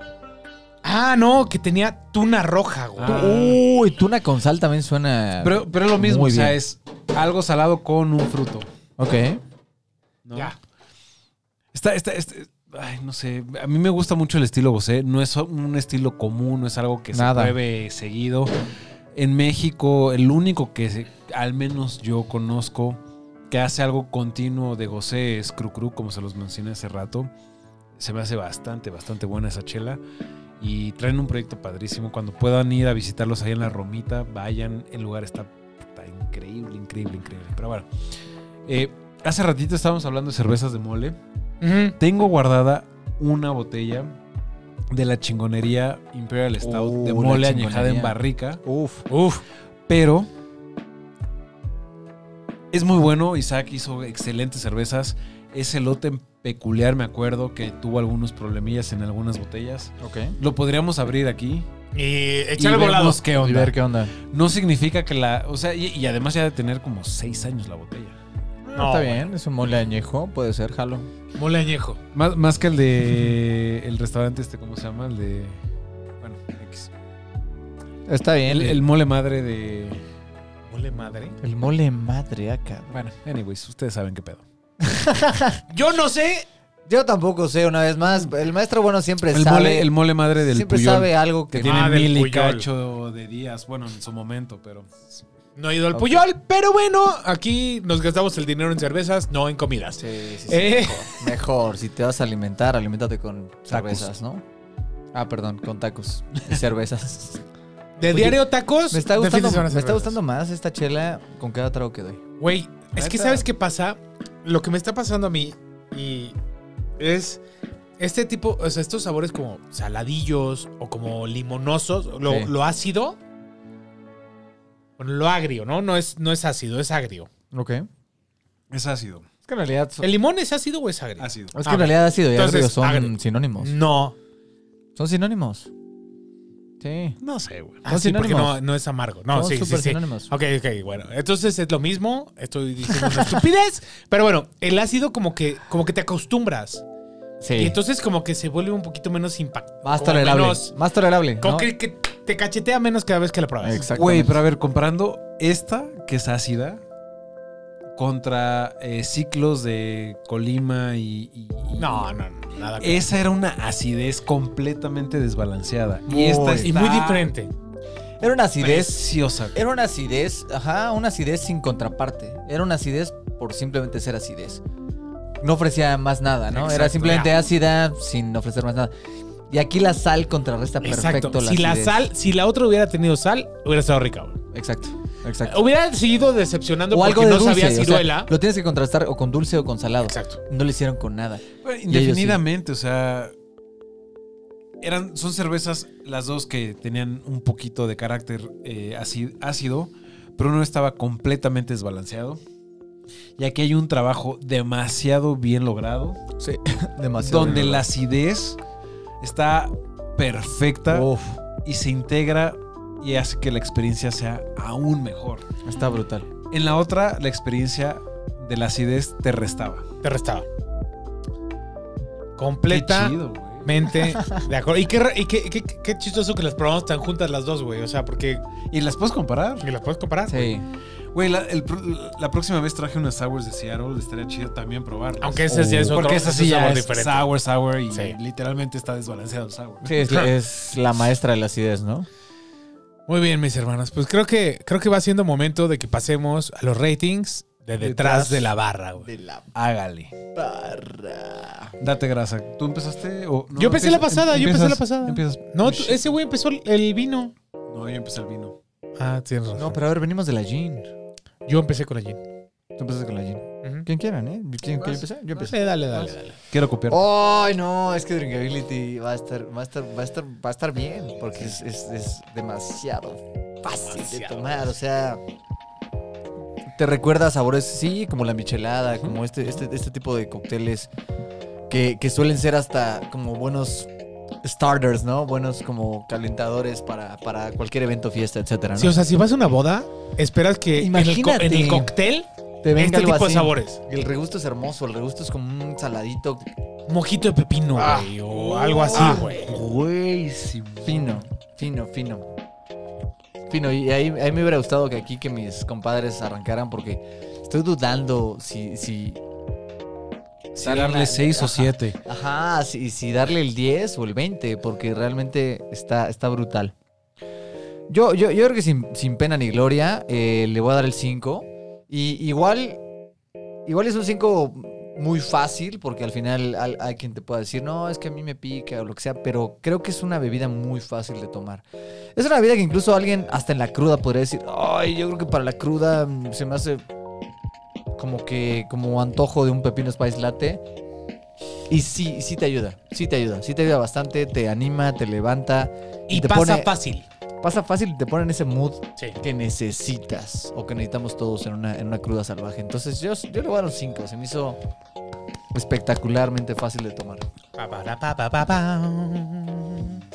S3: Ah, no, que tenía tuna roja, güey. uh,
S2: Ah.
S4: Uy, tuna con sal también suena.
S2: Pero, pero es lo mismo,
S4: Muy
S2: o sea,
S4: bien.
S2: es algo salado con un fruto.
S4: Ok.
S2: ¿no?
S3: Ya.
S2: Está, está, está- ay, no sé. A mí me gusta mucho el estilo Gosé. No es un estilo común, no es algo que
S4: Nada.
S2: se bebe seguido. En México, el único que se- al menos yo conozco que hace algo continuo de Gosé es Crucru, como se los mencioné hace rato. Se me hace bastante, bastante buena esa chela. Y traen un proyecto padrísimo. Cuando puedan ir a visitarlos ahí en la Romita, vayan. El lugar está, puta, increíble, increíble, increíble. Pero bueno, eh, hace ratito estábamos hablando de cervezas de mole.
S3: Ujú.
S2: Tengo guardada una botella de la chingonería Imperial Stout
S4: Uh,
S2: de
S4: la
S2: mole añejada
S4: chingonería.
S2: en barrica,
S4: Uf.
S3: Uf.
S2: pero es muy bueno. Isaac hizo excelentes cervezas. Ese lote en peculiar, me acuerdo, que tuvo algunos problemillas en algunas botellas.
S4: Ok.
S2: Lo podríamos abrir aquí.
S3: Y
S2: y
S3: echar el
S2: vemos
S3: volado.
S2: qué
S4: Y
S2: onda.
S4: ver qué onda.
S2: No significa que la. O sea, y, y además ya de tener como seis años la botella.
S3: No,
S4: Está bien, es un mole añejo, puede ser, jalo.
S3: Mole añejo.
S2: Más, más que el de. El restaurante este, ¿cómo se llama? El de. Bueno, X.
S4: Está bien.
S2: El, el mole madre de.
S3: Mole madre.
S4: el mole madre ah, acá.
S2: Bueno, anyways, ustedes saben qué pedo.
S3: Yo no sé.
S4: Yo tampoco sé, una vez más. El maestro bueno siempre
S2: El
S4: sabe.
S2: mole, el mole madre del
S4: siempre
S2: Puyol,
S4: sabe algo
S2: Que
S4: que.
S2: tiene
S3: Ah, del
S2: mil y
S3: Puyol.
S2: cacho de días. Bueno, en su momento, pero.
S3: No he ido al
S4: Ok.
S3: Puyol, pero bueno, aquí nos gastamos el dinero en cervezas, no en comidas.
S4: Sí, sí, sí,
S3: Eh.
S4: mejor. Mejor, si te vas a alimentar, alimentate con
S2: Tacos.
S4: cervezas, ¿no? Ah, perdón, con tacos y cervezas.
S3: De
S4: Oye,
S3: diario tacos.
S4: Me está
S3: de fin de
S4: gustando,
S3: semana
S4: me está
S3: cervezas.
S4: gustando más esta chela con cada trago que doy.
S3: Güey, es que
S2: Neta.
S3: ¿sabes qué pasa? Lo que me está pasando a mí y es este tipo, o sea, estos sabores como saladillos o como limonosos, lo,
S4: Sí.
S3: lo ácido. Bueno, lo agrio, ¿no? No es, no es ácido, es agrio.
S4: Ok. Es
S2: Es ácido.
S4: que en realidad son,
S3: ¿El limón es ácido o es agrio?
S2: Ácido.
S4: es que
S3: Ah,
S4: en realidad ácido y
S3: entonces,
S4: agrio son
S3: agrio. Mm.
S4: sinónimos.
S3: No.
S4: Son sinónimos. Sí.
S2: No sé, güey.
S3: Ah,
S4: Son
S3: sí, porque no,
S4: sinónimos.
S3: no es amargo. No,
S4: son
S3: sí, sí,
S4: súper
S3: sí.
S4: sinónimos.
S3: Ok, ok, bueno. Entonces es lo mismo. Estoy diciendo una estupidez. Pero bueno, el ácido como que, como que te acostumbras.
S4: Sí.
S3: Y entonces como que se vuelve un poquito menos impactante.
S4: más tolerable. Más tolerable.
S3: Como
S4: ¿no?
S3: que, que te cachetea menos cada vez que la pruebas.
S4: Exactamente.
S2: Güey, pero a ver, comparando esta, que es ácida, contra eh, ciclos de Colima y. y- y-
S3: No, no, no. Nada que
S2: Esa era una acidez completamente desbalanceada.
S4: Muy.
S2: y esta es
S3: ver. Y muy diferente.
S4: Era una acidez.
S2: Preciosa.
S4: Era una acidez, ajá, una acidez sin contraparte. Era una acidez por simplemente ser acidez. No ofrecía más nada, ¿no?
S3: Exacto,
S4: Era simplemente
S3: ya.
S4: ácida sin ofrecer más nada. Y aquí la sal contrarresta perfecto
S3: Exacto. si la
S4: acidez.
S3: sal, si la otra hubiera tenido sal, hubiera estado rica. güey.
S4: Exacto, exacto.
S3: Hubiera seguido decepcionando
S4: o
S3: porque
S4: algo de
S3: no
S4: dulce.
S3: sabía
S4: o sea,
S3: ciruela.
S4: lo tienes que contrastar o con dulce o con salado.
S3: Exacto.
S4: No lo hicieron con nada.
S2: Bueno,
S4: ellos sí.
S2: indefinidamente, o sea. Eran, son cervezas las dos que tenían un poquito de carácter eh, aci- ácido, pero uno estaba completamente desbalanceado. Y aquí hay un trabajo demasiado bien logrado,
S4: Sí, demasiado.
S2: donde la acidez está perfecta
S4: Uf,
S2: y se integra y hace que la experiencia sea aún mejor.
S4: está brutal.
S2: En la otra, la experiencia de la acidez te restaba.
S3: Te restaba.
S2: Qué
S3: Completa.
S2: chido, güey.
S3: Mente, de acuerdo. Y, qué, ra- y qué, qué- qué chistoso que las probamos tan juntas las dos, güey. O sea, porque
S2: Y las puedes comparar.
S3: que las puedes comparar.
S4: Sí.
S2: Güey, la, el pro- la próxima vez traje unas sours de Seattle, estaría chido también probarlas.
S3: Aunque
S4: Oh.
S3: ese sí es otro-
S2: Porque esa
S3: ese
S2: sí
S3: es
S2: ya
S3: sabor
S2: es
S3: diferente.
S2: sour, sour y
S3: Sí.
S2: literalmente está desbalanceado el sour.
S4: Sí, es, la- es la maestra de la acidez, ¿no?
S3: Muy bien, mis hermanos. Pues creo que, creo que va siendo momento de que pasemos a los ratings de detrás,
S2: Detrás.
S3: de la barra, güey.
S4: De la
S2: Hágale.
S4: barra.
S2: Date grasa. ¿Tú empezaste o no?
S3: Yo empecé la
S2: Empieza-
S3: pasada, yo empecé
S2: empiezas-
S3: la pasada.
S2: Empiezas.
S3: No, tú- ese güey empezó el- el vino.
S2: No, yo empecé el vino.
S3: Ah, tienes razón.
S4: No, pero a ver, venimos de la Jean.
S3: Yo empecé con la gin.
S4: Tú empezaste con la Jean. Quien quieran, ¿eh? ¿Quién quiere empezar? Yo empecé.
S3: Ah,
S4: Ah,
S3: Dale, dale, dale, dale.
S2: Quiero copiar.
S4: Oh, Ay, no, es que Drinkability va a estar, va a estar, va a estar, va a estar bien, porque es, es- es demasiado fácil de
S3: Demasiado.
S4: tomar, o sea, te recuerda a sabores, sí, como la michelada, como este, este, este tipo de cócteles que, que suelen ser hasta como buenos starters, ¿no? Buenos como calentadores para, para cualquier evento, fiesta, etcétera, ¿no?
S3: Sí, o sea, si vas a una boda, esperas que en el, co- en el
S4: Imagínate.
S3: cóctel
S4: te venga
S3: este
S4: algo
S3: tipo de
S4: así.
S3: sabores.
S4: El regusto es hermoso, el regusto es como un saladito
S3: Mojito de pepino,
S4: Ah.
S3: güey, o algo así,
S4: Ah,
S3: güey.
S4: Güey, sí, fino, fino, fino. Fino, y ahí, ahí me hubiera gustado que aquí que mis compadres arrancaran porque estoy dudando si... si
S2: Si
S4: darle
S2: darle
S4: una-
S2: 6 o
S4: ajá.
S2: 7.
S4: ajá, si, si darle el 10 o el 20 porque realmente está, está brutal. Yo, yo, yo creo que sin, sin pena ni gloria eh, le voy a dar el 5. Y igual, igual es un 5 muy fácil porque al final al- hay quien te pueda decir, no, es que a mí me pica o lo que sea, pero creo que es una bebida muy fácil de tomar. Es una bebida que incluso alguien hasta en la cruda podría decir, ay, yo creo que para la cruda mm, se me hace como que como antojo de un pepino spice latte. Y sí, sí te ayuda, sí te ayuda, sí te ayuda bastante, te anima, te levanta.
S3: Y
S4: te
S3: pasa
S4: pone-
S3: fácil.
S4: Pasa fácil y te ponen ese mood
S3: Sí.
S4: que necesitas o que necesitamos todos en una, en una cruda salvaje. Entonces yo, yo le voy a dar un 5. Se me hizo espectacularmente fácil de tomar.
S3: Pa, pa, ra, pa, pa, pa, pa.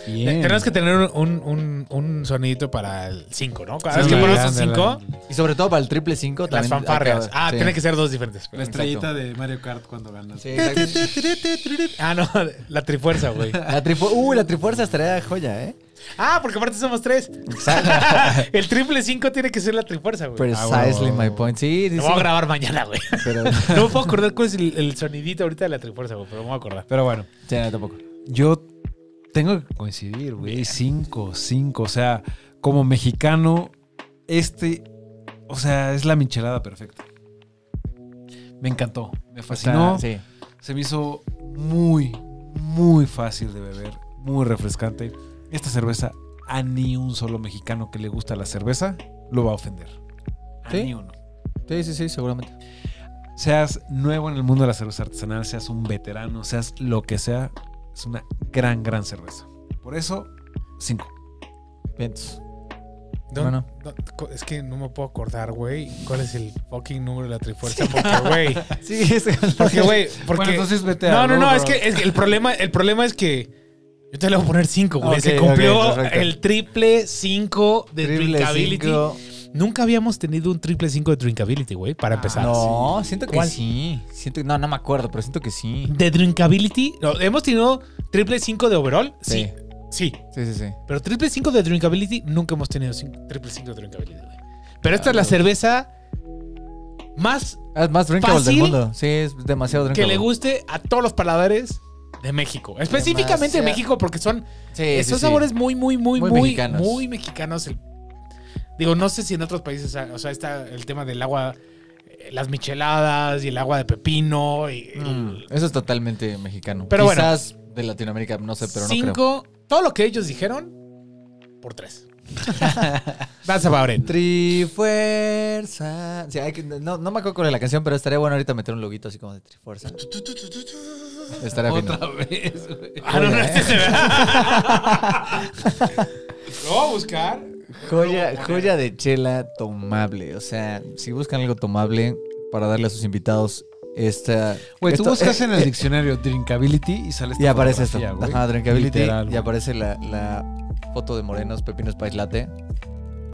S2: Bien.
S3: Tenemos que tener un, un, un sonidito para el 5, ¿no? Cada vez
S2: Sí,
S3: Ah, que
S2: la-
S3: ponemos
S2: la-
S3: un 5,
S2: la-
S4: Y sobre todo para el triple 5
S3: las
S4: también.
S3: fanfarrias.
S4: acaba-
S3: Ah,
S4: sí.
S3: tiene que ser dos diferentes.
S2: La estrellita de Mario Kart cuando ganas.
S4: Sí, exacto.
S3: Ah, no, la trifuerza, güey.
S4: la trifu- Uy, la trifuerza estaría joya, ¿eh?
S3: Ah, porque aparte somos tres.
S4: Exacto.
S3: El triple 5 tiene que ser la trifuerza, güey. Ah,
S4: Precisely my point. Sí, sí,
S3: Lo voy a
S4: sí.
S3: grabar mañana, güey.
S4: Pero,
S3: No me puedo acordar cuál es el, el sonidito ahorita de la trifuerza, güey, pero me voy a acordar.
S2: Pero bueno.
S4: sí, no, tampoco.
S2: Yo tengo que coincidir, güey. Cinco, cinco. O sea, como mexicano, este, o sea, es la michelada perfecta. Me encantó, me fascinó.
S4: Sí.
S2: Se me hizo muy, muy fácil de beber, muy refrescante. Esta cerveza, a ni un solo mexicano que le gusta la cerveza, lo va a ofender. A
S4: ¿Sí?
S2: ni uno.
S4: sí, sí, sí, seguramente.
S2: Seas nuevo en el mundo de la cerveza artesanal, seas un veterano, seas lo que sea, es una gran, gran cerveza. Por eso, 5.
S4: Vientos.
S3: No,
S4: Bueno.
S3: no, co- es que no me puedo acordar, güey, cuál es el fucking número de la trifuerza. Porque, güey.
S4: Sí, es
S3: Porque, güey. Porque...
S2: vete
S3: no, no, no, es que, es que el, problema, el problema es que. Yo te le voy a poner 5, güey.
S4: Ok,
S3: Se cumplió
S4: ok, perfecto.
S3: el triple 5 de
S4: triple
S3: drinkability.
S4: 5.
S3: Nunca habíamos tenido un triple 5 de drinkability, güey, para empezar.
S4: Ah, No, siento que
S3: ¿Cuál?
S4: sí. Siento, no, no me acuerdo, pero siento que sí.
S3: De drinkability, no, hemos tenido triple 5 de overall, sí. Sí,
S4: Sí, sí, sí.
S3: pero triple 5 de drinkability nunca hemos tenido cin- triple 5 de drinkability, güey. Pero esta
S4: Ah,
S3: es la
S4: no.
S3: cerveza más
S4: Es más drinkable
S3: Fácil.
S4: del mundo. Sí, es demasiado drinkable.
S3: que le guste a todos los paladares de México. Específicamente de
S4: Demasiado.
S3: México porque son
S4: Sí,
S3: esos sabores muy, muy, muy, muy,
S4: Muy
S3: muy mexicanos.
S4: mexicanos.
S3: El- digo, no sé si en otros países, o sea, está el tema del agua, eh, las micheladas y el agua de pepino y el-
S4: Mm, eso es totalmente mexicano.
S3: Pero bueno.
S4: Quizás de Latinoamérica, no sé, pero no creo.
S3: cinco, todo lo que ellos dijeron, por tres. Danza Babren.
S4: Trifuerza. Sí, hay que- no, no me acuerdo cuál es la canción, pero estaría bueno ahorita meter un loguito así como de Trifuerza. Estaría bien.
S2: Otra vez, güey.
S3: Ah, no, no,
S4: ¿eh?
S3: este se ve. Lo voy a buscar.
S4: Joya, joya de chela tomable. O sea, si buscan algo tomable para darle a sus invitados esta.
S2: Güey, tú
S4: esto-
S2: buscas
S4: eh,
S2: en el diccionario Drinkability y sale esta
S4: Y aparece esto.
S2: fotografía, güey.
S4: Ajá, Drinkability.
S2: Literal,
S4: y
S2: güey.
S4: aparece la, la foto de Morenos, Pepino Spice Latte.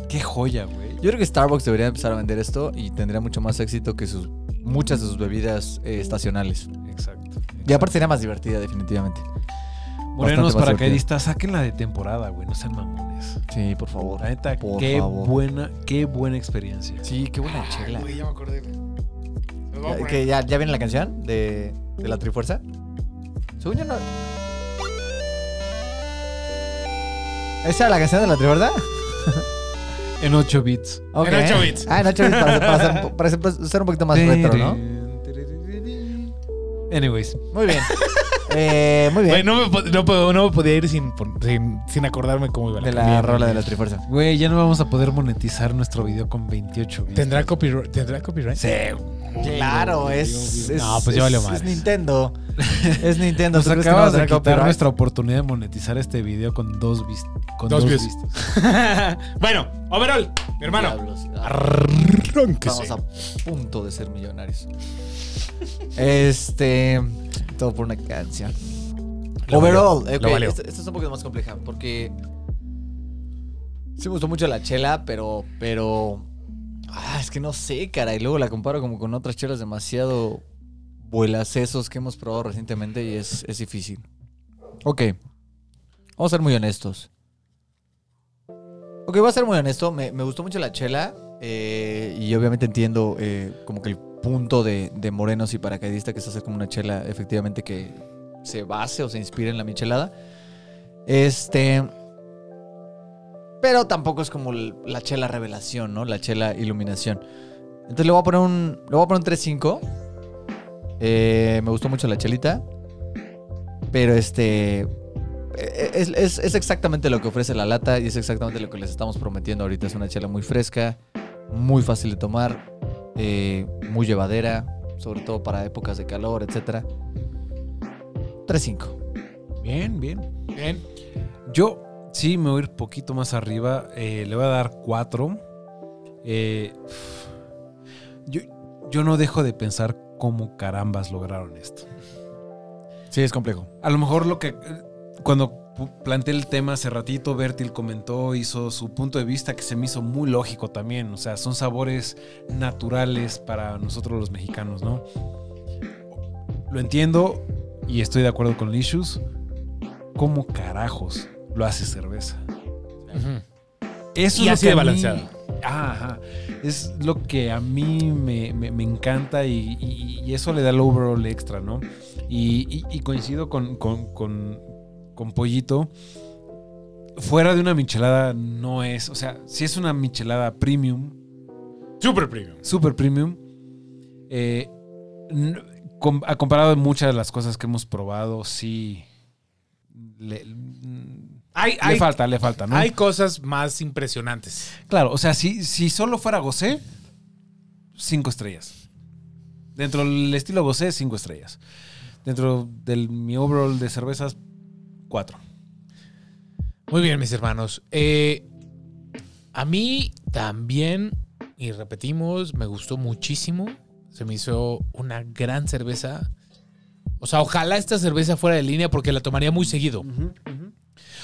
S2: Qué joya, güey.
S4: Yo creo que Starbucks debería empezar a vender esto y tendría mucho más éxito que sus muchas de sus bebidas eh, estacionales.
S2: Exacto.
S4: Y aparte sería más divertida, definitivamente.
S2: Morenos
S4: bastante más
S2: paracaidistas, sáquenla de temporada, güey. No sean mamones.
S4: Sí, por favor.
S2: La neta,
S4: Por
S2: qué
S4: favor.
S2: buena, qué buena experiencia.
S4: Sí, qué buena
S3: Ay,
S4: chela.
S3: Ah, güey, ya me acordé. Se lo voy a
S4: Ya,
S3: poner.
S4: que ya, ¿Ya viene la canción de, de la Trifuerza? Según yo no. ¿Esa era la canción de la Trifuerza?
S2: En 8 bits.
S4: Ok.
S3: En ocho bits.
S4: Ah, en 8 bits para, para ser, para ser- para ser un poquito más retro, ¿no?
S2: Anyways,
S4: Muy bien. Eh, muy bien.
S3: Güey, no, me, po- no, puedo- no me podía ir sin, por- sin, sin acordarme cómo iba la
S4: de la
S3: canción.
S4: rola de la Trifuerza.
S2: güey, ya no vamos a poder monetizar nuestro video con 28 bits.
S3: ¿Tendrá copyright? ¿Tendrá copyright?
S2: Sí.
S4: Claro, es, es.
S2: No, pues ya valió
S4: es-
S2: madres.
S4: Es Nintendo. Es Nintendo.
S2: Nos
S4: ¿Tú crees que
S2: acabas
S4: no va a
S2: de
S4: tener
S2: quitar
S4: copyright?
S2: nuestra oportunidad de monetizar este video con dos vistas. Con
S3: Dos
S2: dos,
S3: views.
S2: vistas.
S3: bueno, overall, mi hermano.
S4: Diablos.
S3: Arránquese.
S4: Estamos a punto de ser millonarios. Este. Todo por una canción.
S3: Lo
S4: Overall,
S3: valió,
S4: ok,
S3: lo valió.
S4: Esta, esta es un poquito más compleja porque. Sí me gustó mucho la chela, pero. pero ah, es que no sé, cara. Y luego la comparo como con otras chelas demasiado vuelacesos que hemos probado recientemente y es, es difícil. Ok. Vamos a ser muy honestos. Ok, voy a ser muy honesto. Me, me gustó mucho la chela. eh, y obviamente entiendo eh, como que el punto de, de Morenos y Paracaidista, que es hacer como una chela efectivamente que se base o se inspire en la michelada. Este. Pero tampoco es como el- la chela revelación, ¿no? La chela iluminación. Entonces le voy a poner un. Le voy a poner un 3-5. Eh, me gustó mucho la chelita. Pero este. eh, Es, es- es exactamente lo que ofrece la lata y es exactamente lo que les estamos prometiendo ahorita. Es una chela muy fresca, muy fácil de tomar, eh, muy llevadera, sobre todo para épocas de calor, etc. 3-5.
S2: Bien, bien.
S3: Bien.
S2: Yo sí me voy a ir poquito más arriba. eh, le voy a dar cuatro. Eh, yo, yo no dejo de pensar cómo carambas lograron esto.
S4: Sí, es complejo.
S2: A lo mejor lo que. eh, Cuando pu- planteé el tema hace ratito, Bertil comentó, hizo su punto de vista que se me hizo muy lógico también. O sea, son sabores naturales para nosotros los mexicanos, ¿no? Lo entiendo y estoy de acuerdo con Lishus. ¿Cómo carajos lo hace cerveza? Eso es
S3: Y
S2: lo
S3: así
S2: que
S3: de
S2: a mí-
S3: balanceado.
S2: Ajá. Es lo que a mí me, me- me encanta y, y- y eso le da el overall extra, ¿no? Y, y- y coincido con, con- con- con Pollito. Fuera de una michelada no es. O sea, si es una michelada premium,
S3: Super premium.
S2: super premium. Eh, n- com- a comparado de muchas de las cosas que hemos probado, sí. Le, le
S3: Hay, hay,
S2: falta, le falta, ¿no?
S3: hay cosas más impresionantes.
S2: Claro, o sea, si, si solo fuera Gosé, cinco estrellas. Dentro del estilo Gosé, cinco estrellas. Dentro del mi overall de cervezas, cuatro.
S3: Muy bien, mis hermanos. Eh, a mí también, y repetimos, me gustó muchísimo. Se me hizo una gran cerveza. O sea, ojalá esta cerveza fuera de línea porque la tomaría muy seguido.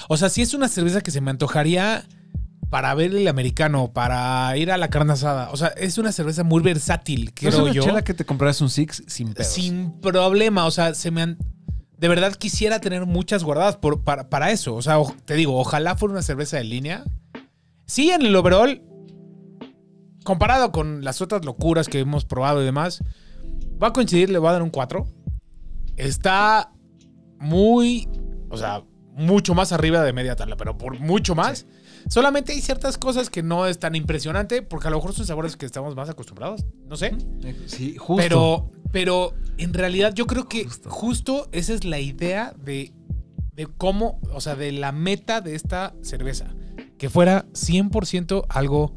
S3: O sea, si es una cerveza que se me antojaría para ver el americano, para ir a la carne asada. O sea, es una cerveza muy versátil, creo
S2: Pues es una
S3: yo.
S2: chela que te compras un six sin pedos.
S3: Sin problema, o sea, se me han... De verdad quisiera tener muchas guardadas por- para, para eso. O sea, o- te digo, ojalá fuera una cerveza de línea. Sí, en el overall, comparado con las otras locuras que hemos probado y demás, va a coincidir, le voy a dar un 4. Está muy, o sea, mucho más arriba de media tabla, pero por mucho más. Solamente hay ciertas cosas que no es tan impresionante, porque a lo mejor son sabores que estamos más acostumbrados. No sé.
S2: Sí, justo.
S3: Pero, pero en realidad yo creo que justo,
S2: Justo.
S3: esa es la idea de, de cómo, o sea, de la meta de esta cerveza. Que fuera 100% algo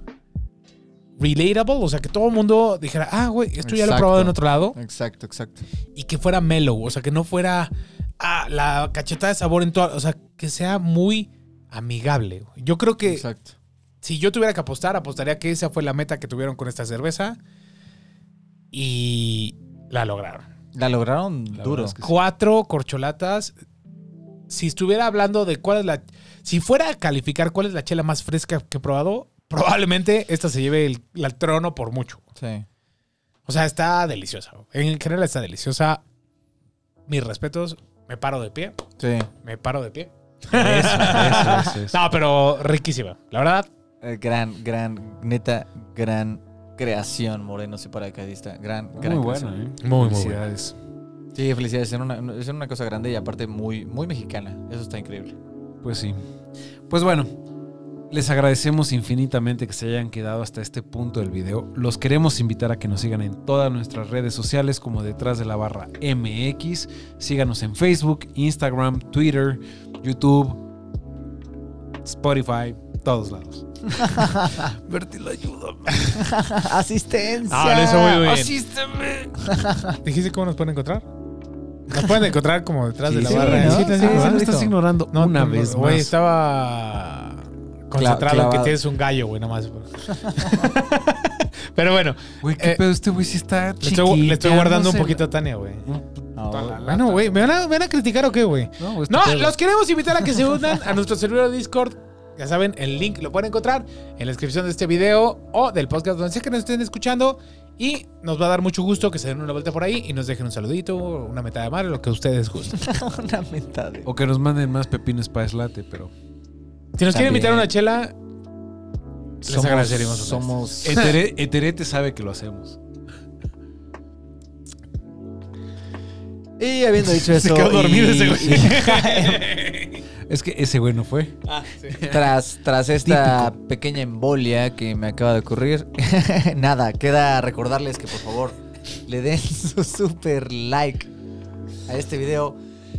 S3: relatable, o sea, que todo el mundo dijera, ah, güey, esto ya lo he
S4: Exacto.
S3: probado en otro lado.
S4: Exacto, exacto.
S3: Y que fuera mellow, o sea, que no fuera ah, la cachetada de sabor en toda, o sea, que sea muy amigable. güey. Yo creo que
S4: Exacto.
S3: si yo tuviera que apostar, apostaría que esa fue la meta que tuvieron con esta cerveza. Y la lograron.
S4: La lograron
S2: verdad
S4: duro.
S2: es que sí.
S3: Cuatro corcholatas. Si estuviera hablando de cuál es la. Si fuera a calificar cuál es la chela más fresca que he probado, probablemente esta se lleve el, la- el trono por mucho.
S4: Sí.
S3: O sea, está deliciosa. En general está deliciosa. Mis respetos. Me paro de pie.
S4: Sí.
S3: Me paro de pie.
S2: Eso, eso, eso, eso.
S3: No, pero riquísima. La verdad,
S4: Eh, gran, gran, neta, gran creación, Morenos y Paracaidista. Gran, gran
S2: Muy
S4: creación.
S2: buena, ¿eh?
S3: Muy, muy
S2: Felicidades.
S4: Sí, felicidades. Era una, era una cosa grande y aparte muy, muy mexicana. Eso está increíble.
S2: Pues sí. Pues bueno, Les agradecemos infinitamente que se hayan quedado hasta este punto del video. Los queremos invitar a que nos sigan en todas nuestras redes sociales como detrás de la barra MX. Síganos en Facebook, Instagram, Twitter, YouTube, Spotify, todos lados. Bertil, ayúdame.
S1: ¡Asistencia!
S3: Ah, lo hizo muy bien.
S2: Asísteme.
S3: ¿Dijiste cómo nos pueden encontrar? Nos pueden encontrar como detrás
S4: Sí,
S3: de la
S4: sí,
S3: barra.
S4: ¿no?
S3: Sí, te
S4: Sí,
S2: Ah, se
S3: digo,
S4: sí,
S3: ¿eh?
S2: me
S4: Bertil.
S2: estás ignorando
S3: No,
S2: una
S3: no,
S2: vez
S3: Güey,
S2: más.
S3: estaba concentrado en que
S4: clavado.
S3: tienes un gallo, güey, nada más. Pero bueno,
S2: Güey, qué
S3: eh,
S2: pedo este güey sí está
S3: le estoy, le estoy guardando un
S2: chiquiteándose.
S3: poquito a Tania, güey.
S4: No,
S3: Bueno, güey, ¿me van, a, me van a criticar o qué, güey?
S2: No, güey, este
S3: No,
S2: pedo.
S3: los queremos invitar a que se unan a nuestro servidor de Discord. Ya saben, el link lo pueden encontrar en la descripción de este video o del podcast donde sea que nos estén escuchando. Y nos va a dar mucho gusto que se den una vuelta por ahí y nos dejen un saludito, una meta de madre, lo que ustedes gusten.
S4: una mentada. de-
S2: O que nos manden más pepines para eslate, pero.
S3: Si nos quieren invitar a
S4: También.
S3: una chela, les
S4: Somos-
S3: agradeceríamos. un
S4: Somos.
S2: Etere- Eterete sabe que lo hacemos.
S4: Eh, Y habiendo dicho eso.
S3: quedó dormido
S4: y-
S3: ese güey.
S4: y-
S2: Es que ese güey no fue.
S4: tras, tras esta pequeña embolia que me acaba de ocurrir, nada, queda recordarles que por favor le den su super like a este video.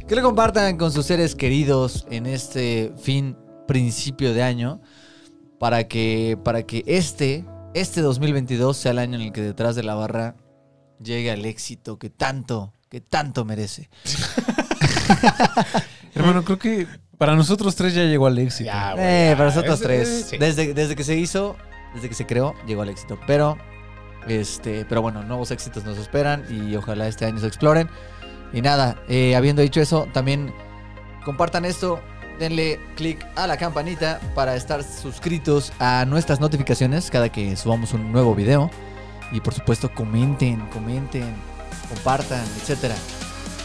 S4: Que lo compartan con sus seres queridos en este fin, principio de año. Para que, para que este, este 2022 sea el año en el que detrás de la barra llegue al éxito que tanto, que tanto merece.
S2: Hermano, creo que para nosotros tres ya llegó al éxito.
S3: Ya, güey,
S4: Eh,
S3: Ah, ya.
S4: para nosotros
S3: Es-
S4: tres.
S3: sí.
S4: Desde, desde que se hizo, desde que se creó, llegó al éxito. Pero, este, pero bueno, nuevos éxitos nos esperan y ojalá este año se exploren. Y nada, eh, habiendo dicho eso, también compartan esto, denle click a la campanita para estar suscritos a nuestras notificaciones cada que subamos un nuevo video. Y por supuesto, comenten, comenten, compartan, etc.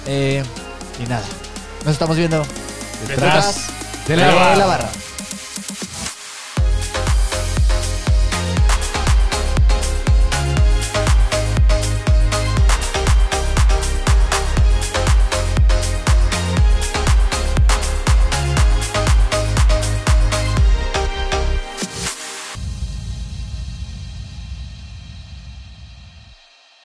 S4: y nada, nos estamos viendo
S3: Detrás
S4: de la barra.